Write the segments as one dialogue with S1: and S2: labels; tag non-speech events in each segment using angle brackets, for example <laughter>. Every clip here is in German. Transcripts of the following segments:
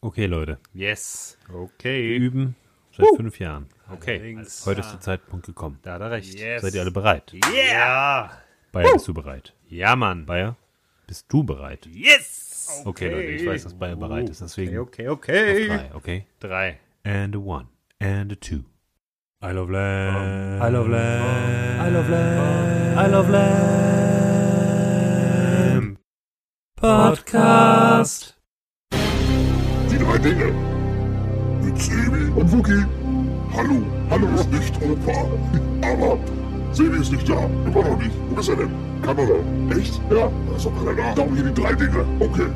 S1: Okay, Leute,
S2: Yes.
S1: wir
S2: Okay.
S1: üben seit fünf Jahren.
S2: Okay.
S1: Alles Heute ist der Zeitpunkt gekommen.
S2: Da hat er recht.
S1: Seid ihr alle bereit?
S2: Yeah.
S1: Bayer, bist du bereit?
S2: Ja, Mann.
S1: Bayer, bist du bereit?
S2: Yes.
S1: Okay, Leute, ich weiß, dass Bayer bereit ist, deswegen
S2: Okay, okay. okay.
S1: drei, okay?
S2: Drei.
S1: And a one, and a two. I love land. I love land. I love land. I love land. Podcast.
S3: Die drei Dinge. Mit Sebi und Wookie. Hallo, hallo ist nicht Opa. Aber Sebi ist nicht da. Immer noch nicht. Wo ist er denn? Kamera. Echt? Ja, da ist doch keiner da. Daumen hier die drei Dinge. Okay.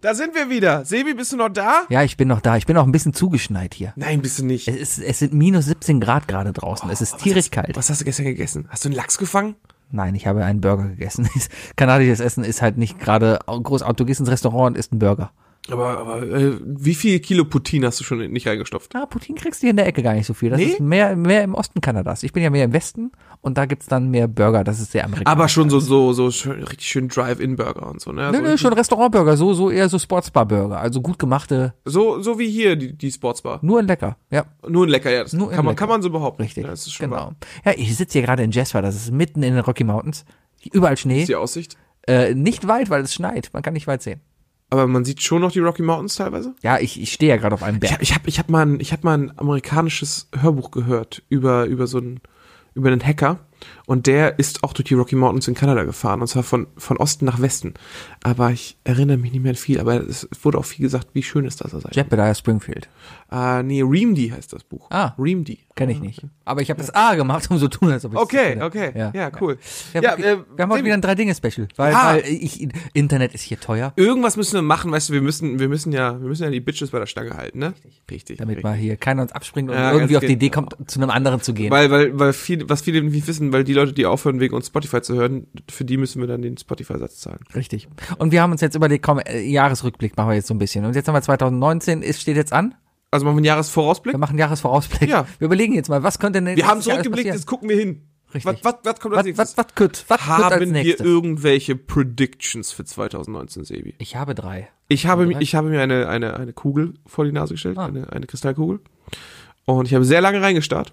S4: Da sind wir wieder. Sebi, bist du noch da?
S5: Ja, ich bin noch da. Ich bin auch ein bisschen zugeschneit hier.
S4: Nein, bist du nicht.
S5: Es, ist, es sind minus 17 Grad gerade draußen. es ist tierisch kalt.
S4: Oh, Was hast du gestern gegessen? Hast du einen Lachs gefangen?
S5: Nein, ich habe einen Burger gegessen. <laughs> Kanadisches Essen ist halt nicht gerade groß. Du gehst ins Restaurant und isst einen Burger.
S4: Aber, aber äh, wie viel Kilo Putin hast du schon in dich reingestopft?
S5: Ah, Putin kriegst du hier in der Ecke gar nicht so viel. Das
S4: Nee?
S5: ist mehr, mehr im Osten Kanadas. Ich bin ja mehr im Westen und da gibt's dann mehr Burger. Das ist sehr amerikanisch.
S4: Aber schon so, so, so schön, richtig schön Drive-In-Burger und so, ne?
S5: Nö,
S4: so,
S5: nö, schon Restaurantburger, so, so eher so Sportsbar-Burger. Also gut gemachte,
S4: so, so wie hier die, die Sportsbar.
S5: nur lecker. Ja,
S4: Nur ein lecker, ja. Das
S5: Nur
S4: kann,
S5: ein
S4: man,
S5: lecker.
S4: kann man so behaupten.
S5: richtig.
S4: Ja, das ist schon
S5: genau.
S4: wahr.
S5: Ja, ich sitze hier gerade in Jasper, das ist mitten in den Rocky Mountains. Überall Schnee.
S4: Ist die Aussicht.
S5: Äh, nicht weit, weil es schneit. Man kann nicht weit sehen.
S4: Aber man sieht schon noch die Rocky Mountains teilweise.
S5: Ja, ich, ich stehe ja gerade auf einem
S4: Ich
S5: Berg.
S4: habe ich hab, ich hab mal, ein, ich hab mal ein amerikanisches Hörbuch gehört über, über so einen, über einen Hacker. Und der ist auch durch die Rocky Mountains in Kanada gefahren. Und zwar von, von Osten nach Westen. Aber ich erinnere mich nicht mehr an viel. Aber es wurde auch viel gesagt, wie schön es da sei.
S5: Jebediah Springfield.
S4: Äh, nee, Reamdy heißt das Buch.
S5: Ah.
S4: Reamdy.
S5: Kenne ich nicht. Aber ich habe das A gemacht, um so tun, als ob ich
S4: Okay, okay. Ja,
S5: Ja.
S4: cool. äh,
S5: Ja, wir, wir haben heute wieder ein Drei-Dinge-Special. Weil,
S4: Ah.
S5: weil ich, Internet ist hier teuer,
S4: Irgendwas müssen wir machen, weißt du, wir müssen, wir müssen ja, wir müssen ja die Bitches bei der Stange halten, ne? Richtig. Richtig.
S5: damit mal hier keiner uns abspringt und
S4: Ja,
S5: irgendwie
S4: ganz
S5: auf die Idee
S4: genau.
S5: kommt, zu einem anderen zu gehen.
S4: Weil, weil, weil viel, was viele nicht wissen, weil die Leute, die aufhören, wegen uns Spotify zu hören, für die müssen wir dann den Spotify-Satz zahlen.
S5: Richtig. Und wir haben uns jetzt überlegt, komm, äh, Jahresrückblick machen wir jetzt so ein bisschen. Und jetzt haben wir 2019, es steht jetzt an.
S4: Also machen wir einen Jahresvorausblick.
S5: Wir machen einen Jahresvorausblick.
S4: Ja.
S5: Wir überlegen jetzt mal, was könnte denn
S4: Wir haben
S5: nächstes Jahr alles
S4: zurückgeblickt, jetzt gucken wir hin.
S5: Richtig.
S4: Was, was, was kommt als
S5: passieren? Was,
S4: nächstes?
S5: was, was, kürt, was kürt als
S4: haben wir
S5: nächstes?
S4: irgendwelche Predictions für 2019, Sebi?
S5: ich habe drei.
S4: Ich habe, mi- ich habe mir eine, eine, eine Kugel vor die Nase gestellt,
S5: Ah.
S4: eine, eine Kristallkugel. Und ich habe sehr lange reingestarrt.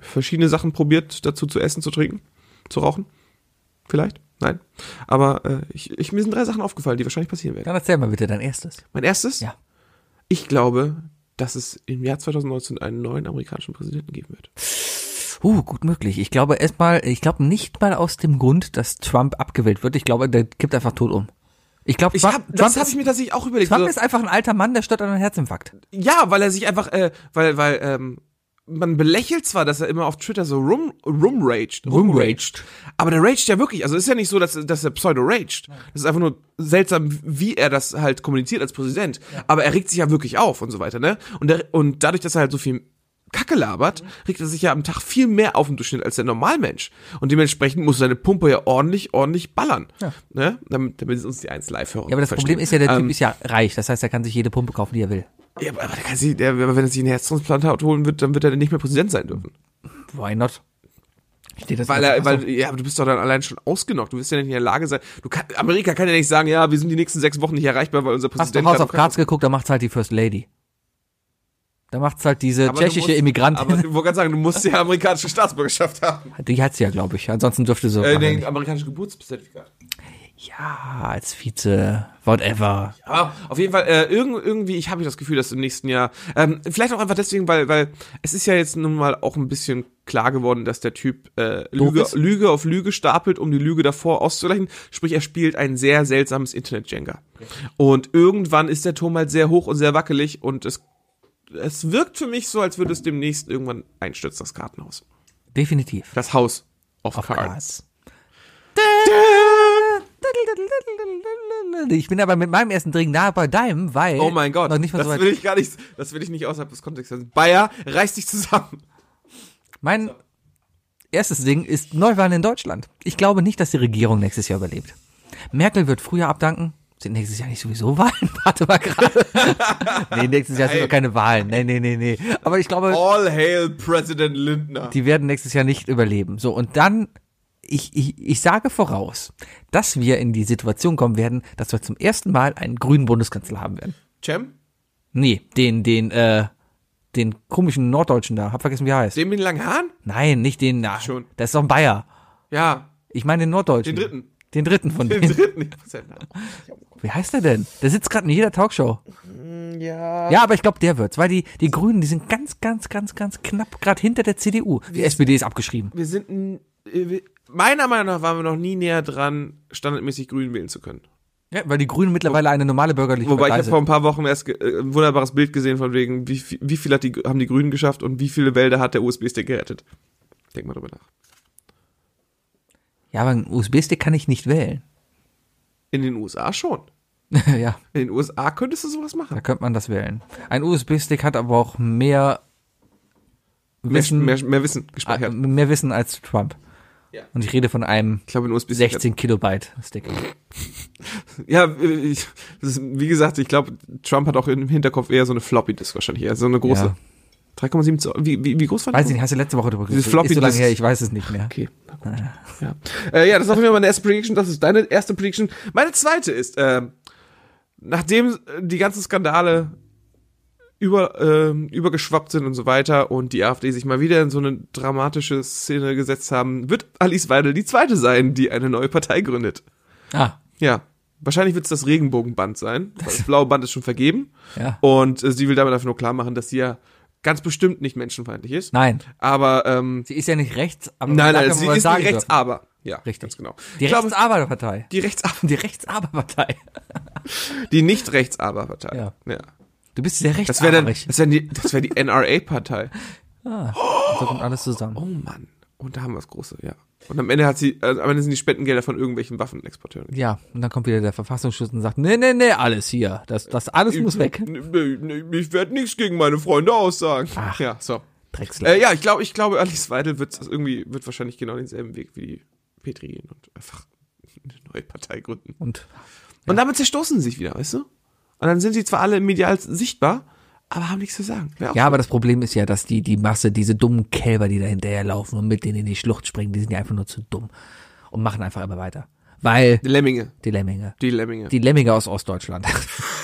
S4: Verschiedene Sachen probiert, dazu zu essen, zu trinken, zu rauchen. Vielleicht? Nein. Aber äh, ich, ich, mir sind drei Sachen aufgefallen, die wahrscheinlich passieren werden.
S5: Dann erzähl mal bitte dein erstes.
S4: Mein erstes?
S5: Ja.
S4: Ich glaube, dass es im Jahr 2019 einen neuen amerikanischen Präsidenten geben wird.
S5: Uh, gut möglich. Ich glaube erstmal, ich glaube nicht mal aus dem Grund, dass Trump abgewählt wird. Ich glaube, der kippt einfach tot um. Ich glaube,
S4: Ich
S5: Trump,
S4: hab, das
S5: Trump,
S4: habe ich mir tatsächlich auch überlegt.
S5: Trump
S4: Also-
S5: ist einfach ein alter Mann, der stirbt an einem Herzinfarkt.
S4: Ja, weil er sich einfach, äh, weil, weil, ähm, man belächelt zwar, dass er immer auf Twitter so rum, rumraged. Rumraged. Aber der raged ja wirklich. Also ist ja nicht so, dass, dass er pseudo-raged. Das ist einfach nur seltsam, wie er das halt kommuniziert als Präsident. Aber er regt sich ja wirklich auf und so weiter, ne? Und, der, und dadurch, dass er halt so viel Kacke
S5: Mhm.
S4: labert, regt er sich ja am Tag viel mehr auf im Durchschnitt als der Normalmensch. Und dementsprechend muss seine Pumpe ja ordentlich, ordentlich ballern. Ja. Ne? Damit, damit uns die 1 live hören.
S5: Ja, aber das Problem ist ja, der
S4: Ähm.
S5: Typ ist ja reich. Das heißt, er kann sich jede Pumpe kaufen, die er will.
S4: Ja, aber der kann sich, der, aber wenn er sich einen Herztransplantat holen wird, dann wird er nicht mehr Präsident sein dürfen.
S5: Why not? Steht das
S4: Weil
S5: in der
S4: er,
S5: Verfassung?
S4: weil, ja, aber du bist doch dann allein schon ausgenockt. Du wirst ja nicht in der Lage sein. Du kann, Amerika kann ja nicht sagen, ja, wir sind die nächsten sechs Wochen nicht erreichbar, weil unser
S5: Hast du
S4: Präsident.
S5: House
S4: hat-
S5: of Cards geguckt, da macht's halt die First Lady. Da macht's halt diese
S4: Aber du
S5: tschechische
S4: musst- Aber
S5: Immigrantin.
S4: ich wollte gerade sagen, du musst ja amerikanische Staatsbürgerschaft haben.
S5: <laughs> Die hat's ja, glaube ich. Ansonsten dürfte sie.
S4: Äh,
S5: Äh,
S4: den
S5: nicht.
S4: amerikanischen Geburtszertifikat.
S5: ja, als Vize, whatever.
S4: Aber auf jeden Fall, äh, irgend, irgendwie, ich habe das Gefühl, dass im nächsten Jahr, ähm, vielleicht auch einfach deswegen, weil, weil es ist ja jetzt nun mal auch ein bisschen klar geworden, dass der Typ äh, Lüge,
S5: ist?
S4: Lüge auf Lüge stapelt, um die Lüge davor auszugleichen. Sprich, er spielt ein sehr seltsames Internet-Jenga. Und irgendwann ist der Turm halt sehr hoch und sehr wackelig und es, es wirkt für mich so, als würde es demnächst irgendwann einstürzen, das Kartenhaus.
S5: Definitiv.
S4: Das Haus of,
S5: Auf
S4: Cards.
S5: Cards. Ich bin aber mit meinem ersten Drink nahe bei deinem, weil.
S4: Oh mein Gott,
S5: Äh, Noch nicht mal
S4: das
S5: so weit.
S4: will ich gar nicht, das will ich nicht außerhalb des Kontextes. lassen. Bayer, reiß dich zusammen.
S5: Mein erstes Ding ist Neuwahlen in Deutschland. Ich glaube nicht, dass die Regierung nächstes Jahr überlebt. Merkel wird früher abdanken. Sind nächstes Jahr nicht sowieso Wahlen? <laughs> Warte mal gerade. nee, nächstes Jahr sind
S4: Nein.
S5: doch keine Wahlen. Nee, nee, nee, nee. Aber
S4: Oh.
S5: ich glaube,
S4: All hail President Lindner.
S5: die werden nächstes Jahr nicht überleben. So, und dann ich, ich, ich sage voraus, dass wir in die Situation kommen werden, dass wir zum ersten Mal einen grünen Bundeskanzler haben werden.
S4: Cem?
S5: Nee, den, den, äh, den komischen Norddeutschen da. Hab vergessen, wie er heißt.
S4: Den mit den langen Haaren?
S5: Nein, nicht den, na,
S4: Schon.
S5: das ist doch ein Bayer. <laughs>
S4: Ja.
S5: Ich meine den Norddeutschen.
S4: Den dritten.
S5: Den dritten <laughs> von
S4: Den
S5: denen.
S4: dritten. Ich weiß seinen Namen.
S5: Wie heißt der denn? Der sitzt gerade in jeder Talkshow. Hm, Ja. Ja, aber ich glaube, der wird's, weil die, die Grünen, die sind ganz, ganz, ganz, ganz knapp gerade hinter der CDU. Die SPD ist abgeschrieben.
S4: Wir sind, n- äh, wir- meiner Meinung nach waren wir noch nie näher dran, standardmäßig grün wählen zu können.
S5: Ja, weil die Grünen mittlerweile eine normale bürgerliche
S4: Wobei ich
S5: Partei
S4: habe vor
S5: sind.
S4: ein paar Wochen erst ge- äh, ein wunderbares Bild gesehen von wegen, wie, viel- wie viel hat die, haben die Grünen geschafft und wie viele Wälder hat der USB-Stick gerettet. Denk mal drüber nach.
S5: Ja, aber einen USB-Stick kann ich nicht wählen. <laughs>
S4: In den USA schon.
S5: ja,
S4: In den USA könntest du sowas
S5: da
S4: machen.
S5: könnte man das wählen. Ein USB-Stick hat aber auch mehr
S4: Mehr,
S5: Wissen,
S4: mehr, mehr Wissen
S5: äh,
S4: gespeichert.
S5: mehr Wissen als Trump.
S4: Ja.
S5: Und ich rede von einem
S4: Ich glaube, in USB
S5: 16 Kilobyte Stick.
S4: Ja, äh, ich, das ist, wie gesagt, ich glaube, Trump hat auch im Hinterkopf eher so eine Floppy-Disk wahrscheinlich. Also so eine große.
S5: Ja.
S4: 3,7 Zoll. Wie, wie, wie groß war die?
S5: Weiß ich nicht, hast du letzte Woche drüber
S4: Dieses
S5: gesprochen? Ist so lange
S4: Floppy-Disk.
S5: her, ich weiß es nicht mehr.
S4: Okay. na gut. Ja. Äh, ja, das ist auf jeden Fall meine erste Prediction. Das ist deine erste Prediction. Meine zweite ist, ähm, nachdem äh, die ganzen Skandale über, ähm, übergeschwappt sind und so weiter und die AfD sich mal wieder in so eine dramatische Szene gesetzt haben, wird Alice Weidel die zweite sein, die eine neue Partei gründet.
S5: Ah,
S4: Ja. Wahrscheinlich wird es das Regenbogenband sein. weil Das blaue Band ist schon vergeben.
S5: <laughs> Ja.
S4: Und äh, sie will damit einfach nur klar machen, dass sie ja ganz bestimmt nicht menschenfeindlich ist.
S5: nein.
S4: Aber ähm,
S5: Sie ist ja nicht rechts, aber man
S4: Nein,
S5: darf
S4: nein,
S5: ja
S4: sie
S5: mal was
S4: ist
S5: sagen
S4: die
S5: dürfen.
S4: Rechtsaber. Ja,
S5: Richtig.
S4: ganz genau.
S5: Die
S4: ich glaube,
S5: Rechtsaberpartei.
S4: die Rechtsaber,
S5: Die Rechtsaberpartei.
S4: die Nicht-Rechtsaber-Partei.
S5: Ja.
S4: ja.
S5: Du bist sehr
S4: Das wäre dann,
S5: rechtsaberig.
S4: das wäre die, das wäre die NRA-Partei.
S5: so kommt alles zusammen.
S4: Oh Mann. Und da haben wir das Große, ja. Und am Ende hat sie, äh, am Ende sind die Spendengelder von irgendwelchen Waffenexporteuren.
S5: Ja, und dann kommt wieder der Verfassungsschutz und sagt, nee, nee, nee, alles hier. Das, das alles muss weg.
S4: Nee, nee, Ich werde nichts gegen meine Freunde aussagen. Ach. Ja, so.
S5: Drechsler.
S4: Äh, ja, ich glaube, ich glaube, Alice Weidel wird es irgendwie, wird wahrscheinlich genau denselben Weg wie die Petri gehen und einfach eine neue Partei gründen.
S5: Und
S4: Und damit zerstoßen sie sich wieder, weißt du? Und dann sind sie zwar alle medial sichtbar, aber haben nichts zu sagen. Wär auch
S5: ja, aber das Problem ist ja, dass die, die Masse, diese dummen Kälber, die da hinterherlaufen und mit denen in die Schlucht springen, die sind ja einfach nur zu dumm und machen einfach immer weiter. Weil
S4: Die Lemminge.
S5: die Lemminge.
S4: Die Lemminge.
S5: Die Lemminge aus
S4: <laughs>
S5: Ostdeutschland.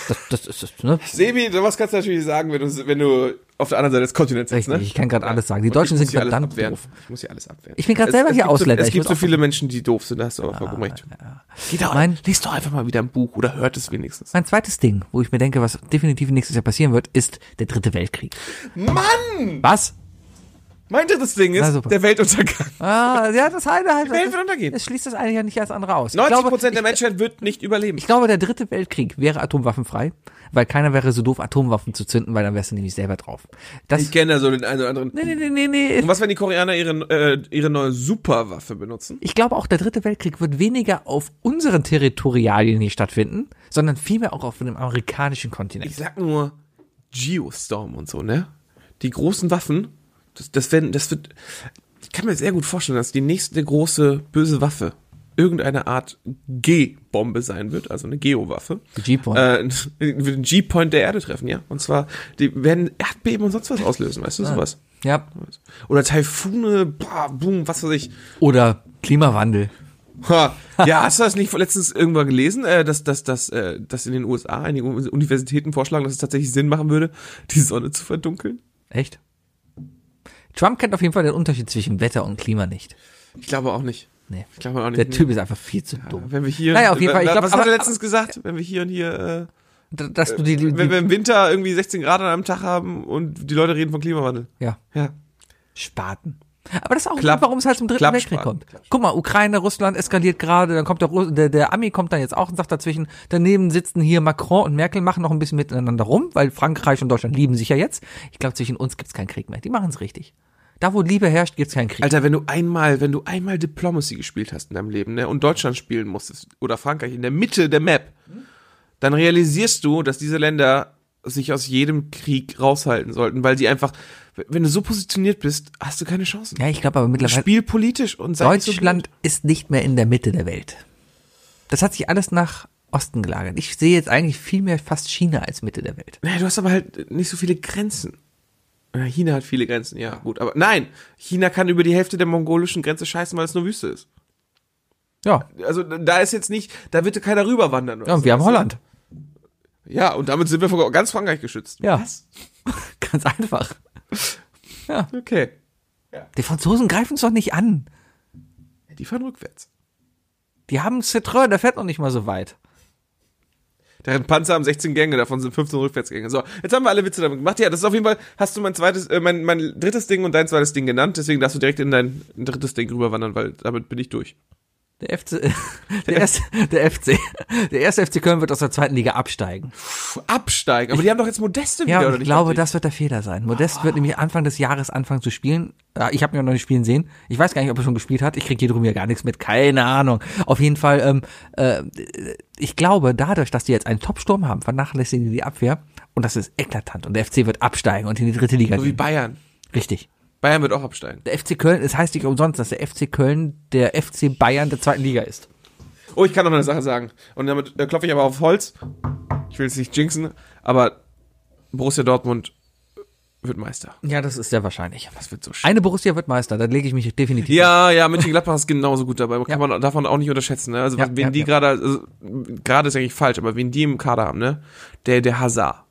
S5: Das, das ist das, ne?
S4: Sebi, sowas kannst du natürlich sagen, wenn du, wenn du auf der anderen Seite des Kontinents sitzt,
S5: Richtig,
S4: ne?
S5: ich kann gerade alles sagen. Die
S4: Und
S5: Deutschen
S4: ich
S5: sind
S4: muss hier alles
S5: verdammt
S4: abwehren.
S5: doof.
S4: Ich muss hier alles abwehren.
S5: Ich bin grad
S4: Es-
S5: selber
S4: es
S5: hier
S4: gibt so-
S5: Ausländer,
S4: Es
S5: ich
S4: gibt
S5: muss
S4: so viele
S5: aufpassen.
S4: Menschen, die doof sind, da hast du aber vollkommen recht. Geh doch,
S5: Mein-
S4: lies doch einfach mal wieder ein Buch oder hört es wenigstens.
S5: Mein zweites Ding, wo ich mir denke, was definitiv nächstes Jahr passieren wird, ist der dritte Weltkrieg.
S4: Mann!
S5: Was?
S4: Mein drittes Ding
S5: Na,
S4: ist
S5: super.
S4: der Weltuntergang.
S5: Ah, ja, das eine halt.
S4: Welt wird untergehen.
S5: Es schließt das eine ja nicht als andere aus. Ich
S4: 90
S5: glaube-
S4: Prozent der
S5: ich-
S4: Menschheit wird nicht überleben.
S5: Ich glaube, der dritte Weltkrieg wäre atomwaffenfrei, weil keiner wäre so doof, Atomwaffen zu zünden, weil dann wärst du nämlich selber drauf. Das,
S4: Ich kenne da so den einen oder anderen.
S5: nee, nee, nee, nee, nee.
S4: Und was, wenn die Koreaner ihre, äh, ihre neue Superwaffe benutzen?
S5: Ich glaube auch, der dritte Weltkrieg wird weniger auf unseren Territorialien hier stattfinden, sondern vielmehr auch auf dem amerikanischen Kontinent.
S4: Ich sag nur Geostorm und so, ne? Die großen Waffen, das, das werden, das wird. Ich kann mir sehr gut vorstellen, dass die nächste große böse Waffe irgendeine Art G-Bombe sein wird, also eine Geowaffe.
S5: Die G-Point.
S4: Äh, <laughs> wird den G-Point der Erde treffen, ja. Und zwar, die werden Erdbeben und sonst was auslösen, weißt du,
S5: Ah.
S4: sowas.
S5: ja.
S4: Oder Taifune, bah, boom, was weiß ich.
S5: Oder Klimawandel.
S4: Ha. Ja, hast du das nicht letztens irgendwann gelesen, äh, dass, dass, dass, äh, dass in den USA einige Uni- Universitäten vorschlagen, dass es tatsächlich Sinn machen würde, die Sonne zu verdunkeln?
S5: Echt? Trump kennt auf jeden Fall den Unterschied zwischen Wetter und Klima nicht.
S4: Ich glaube auch nicht.
S5: Nee.
S4: Ich glaube auch nicht.
S5: Der Typ ist einfach viel zu dumm.
S4: Wenn wir hier.
S5: Naja, auf jeden Fall. Ich
S4: wa-
S5: glaub,
S4: was hat
S5: aber-
S4: er letztens gesagt? Wenn wir hier und hier.
S5: Dass du die,
S4: Äh,
S5: die,
S4: wenn wir
S5: die
S4: im Winter irgendwie 16 Grad an einem Tag haben und die Leute reden von Klimawandel.
S5: ja.
S4: Ja.
S5: Spaten. Aber das ist auch,
S4: Klapp-
S5: warum es halt zum Dritten
S4: Klappspaten.
S5: Weltkrieg kommt. Guck mal, Ukraine, Russland eskaliert gerade, dann kommt der, Ru- der, der Ami kommt dann jetzt auch und sagt dazwischen, daneben sitzen hier Macron und Merkel, machen noch ein bisschen miteinander rum, weil Frankreich und Deutschland lieben sich ja jetzt. Ich glaube, zwischen uns gibt's keinen Krieg mehr. Die machen's richtig. Da, wo Liebe herrscht, gibt's keinen Krieg.
S4: Alter, wenn du einmal, wenn du einmal Diplomacy gespielt hast in deinem Leben, ne, und Deutschland spielen musstest oder Frankreich in der Mitte der Map, dann realisierst du, dass diese Länder sich aus jedem Krieg raushalten sollten, weil sie einfach, wenn du so positioniert bist, hast du keine Chancen.
S5: ja, ich glaube aber mittlerweile,
S4: Spiel politisch und
S5: halt
S4: sei nicht so
S5: Deutschland ist nicht mehr in der Mitte der Welt. Das hat sich alles nach Osten gelagert. Ich sehe jetzt eigentlich viel mehr fast China als Mitte der Welt.
S4: blöd. Naja, du hast aber halt nicht so viele Grenzen. Ja, China hat viele Grenzen, ja, gut. Aber nein, China kann über die Hälfte der mongolischen Grenze scheißen, weil es nur Wüste ist.
S5: Ja.
S4: Also da ist jetzt nicht, da wird keiner rüberwandern. oder
S5: Ja,
S4: so,
S5: und wir haben
S4: weißt du?
S5: Holland.
S4: Ja, und damit sind wir vor ganz Frankreich geschützt.
S5: Ja. <laughs> Ganz einfach.
S4: Okay.
S5: Die Franzosen greifen uns doch nicht an.
S4: Die fahren rückwärts.
S5: Die haben einen Citroën, der fährt noch nicht mal so weit.
S4: Deren Panzer haben 16 Gänge, davon sind 15 Rückwärtsgänge. So, jetzt haben wir alle Witze damit gemacht. Ja, das ist auf jeden Fall, hast du mein zweites, äh, mein, mein drittes Ding und dein zweites Ding genannt, deswegen darfst du direkt in dein drittes Ding rüberwandern, weil damit bin ich durch.
S5: Der FC, <laughs> der, erste, der FC, der erste FC Köln wird aus der zweiten Liga absteigen.
S4: Puh, absteigen, aber die haben doch jetzt Modeste
S5: Ja,
S4: wieder,
S5: und
S4: oder
S5: ich
S4: nicht?
S5: glaube, das wird der Fehler sein. Modest wird nämlich Anfang des Jahres anfangen zu spielen. Ja, Ich habe ihn ja noch nicht spielen sehen. Ich weiß gar nicht, ob er schon gespielt hat. Ich kriege hier drum ja gar nichts mit. Keine Ahnung. Auf jeden Fall, ähm, äh, ich glaube, dadurch, dass die jetzt einen Top-Sturm haben, vernachlässigen die die Abwehr. Und das ist eklatant. Und der FC wird absteigen und in die dritte Liga
S4: So wie
S5: gehen.
S4: Bayern.
S5: Richtig.
S4: Bayern wird auch absteigen.
S5: Der FC Köln, es heißt nicht umsonst, dass der FC Köln der FC Bayern der zweiten Liga ist.
S4: Oh, ich kann noch eine Sache sagen. Und damit äh, klopfe ich aber auf Holz. Ich will es nicht jinxen, aber Borussia Dortmund wird Meister.
S5: Ja, das ist sehr wahrscheinlich.
S4: Das wird so schön.
S5: Eine Borussia wird Meister, da lege ich mich definitiv.
S4: Ja, ja, Mönchengladbach ist genauso gut dabei. Kann man davon auch nicht unterschätzen. Ne? Also
S5: Ja,
S4: wen
S5: ja,
S4: die
S5: ja.
S4: gerade, also, gerade ist eigentlich falsch, aber wen die im Kader haben, ne? Der, der Hazard.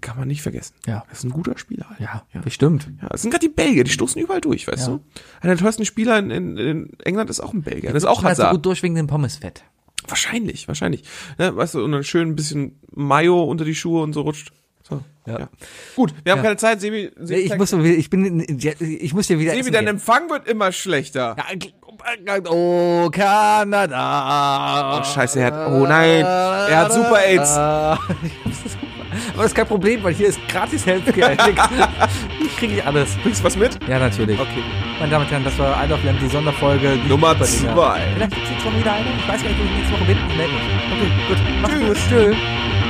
S4: Kann man nicht vergessen.
S5: Ja.
S4: Das ist ein guter Spieler halt.
S5: Ja, bestimmt.
S4: Ja, es sind gerade die Belgier, die stoßen überall durch, weißt du? Einer der teuersten Spieler in, in, in England ist auch ein Belgier. Das ist auch
S5: Halt so
S4: Hazard.
S5: gut durch wegen dem Pommesfett.
S4: Wahrscheinlich, wahrscheinlich. Ne, weißt du, und dann schön ein bisschen Mayo unter die Schuhe und so rutscht. So.
S5: Ja.
S4: Gut, wir haben
S5: Ja.
S4: keine Zeit, Sebi. Sebi
S5: Ich muss, so wie- ich bin, in- ich muss dir wieder.
S4: Sebi,
S5: essen
S4: dein
S5: gehen.
S4: Empfang wird immer schlechter.
S5: Ja, oh, Kanada.
S4: Oh, scheiße, er hat. Oh nein, er hat Super
S5: <laughs>
S4: AIDS.
S5: Aber das ist kein Problem, weil hier ist gratis <laughs> Healthcare. ich kriege ich alles.
S4: Bringst du was mit?
S5: Ja, natürlich.
S4: Okay.
S5: Meine Damen und Herren, das war I Love Lamp, die Sonderfolge. Die
S4: Nummer
S5: Superliga.
S4: zwei.
S5: Vielleicht gibt es jetzt schon wieder eine. Ich weiß gar nicht, wo ich nächste Woche bin. Ich melde mich. Okay, gut. Mach's Tschüss. Gut. Tschö.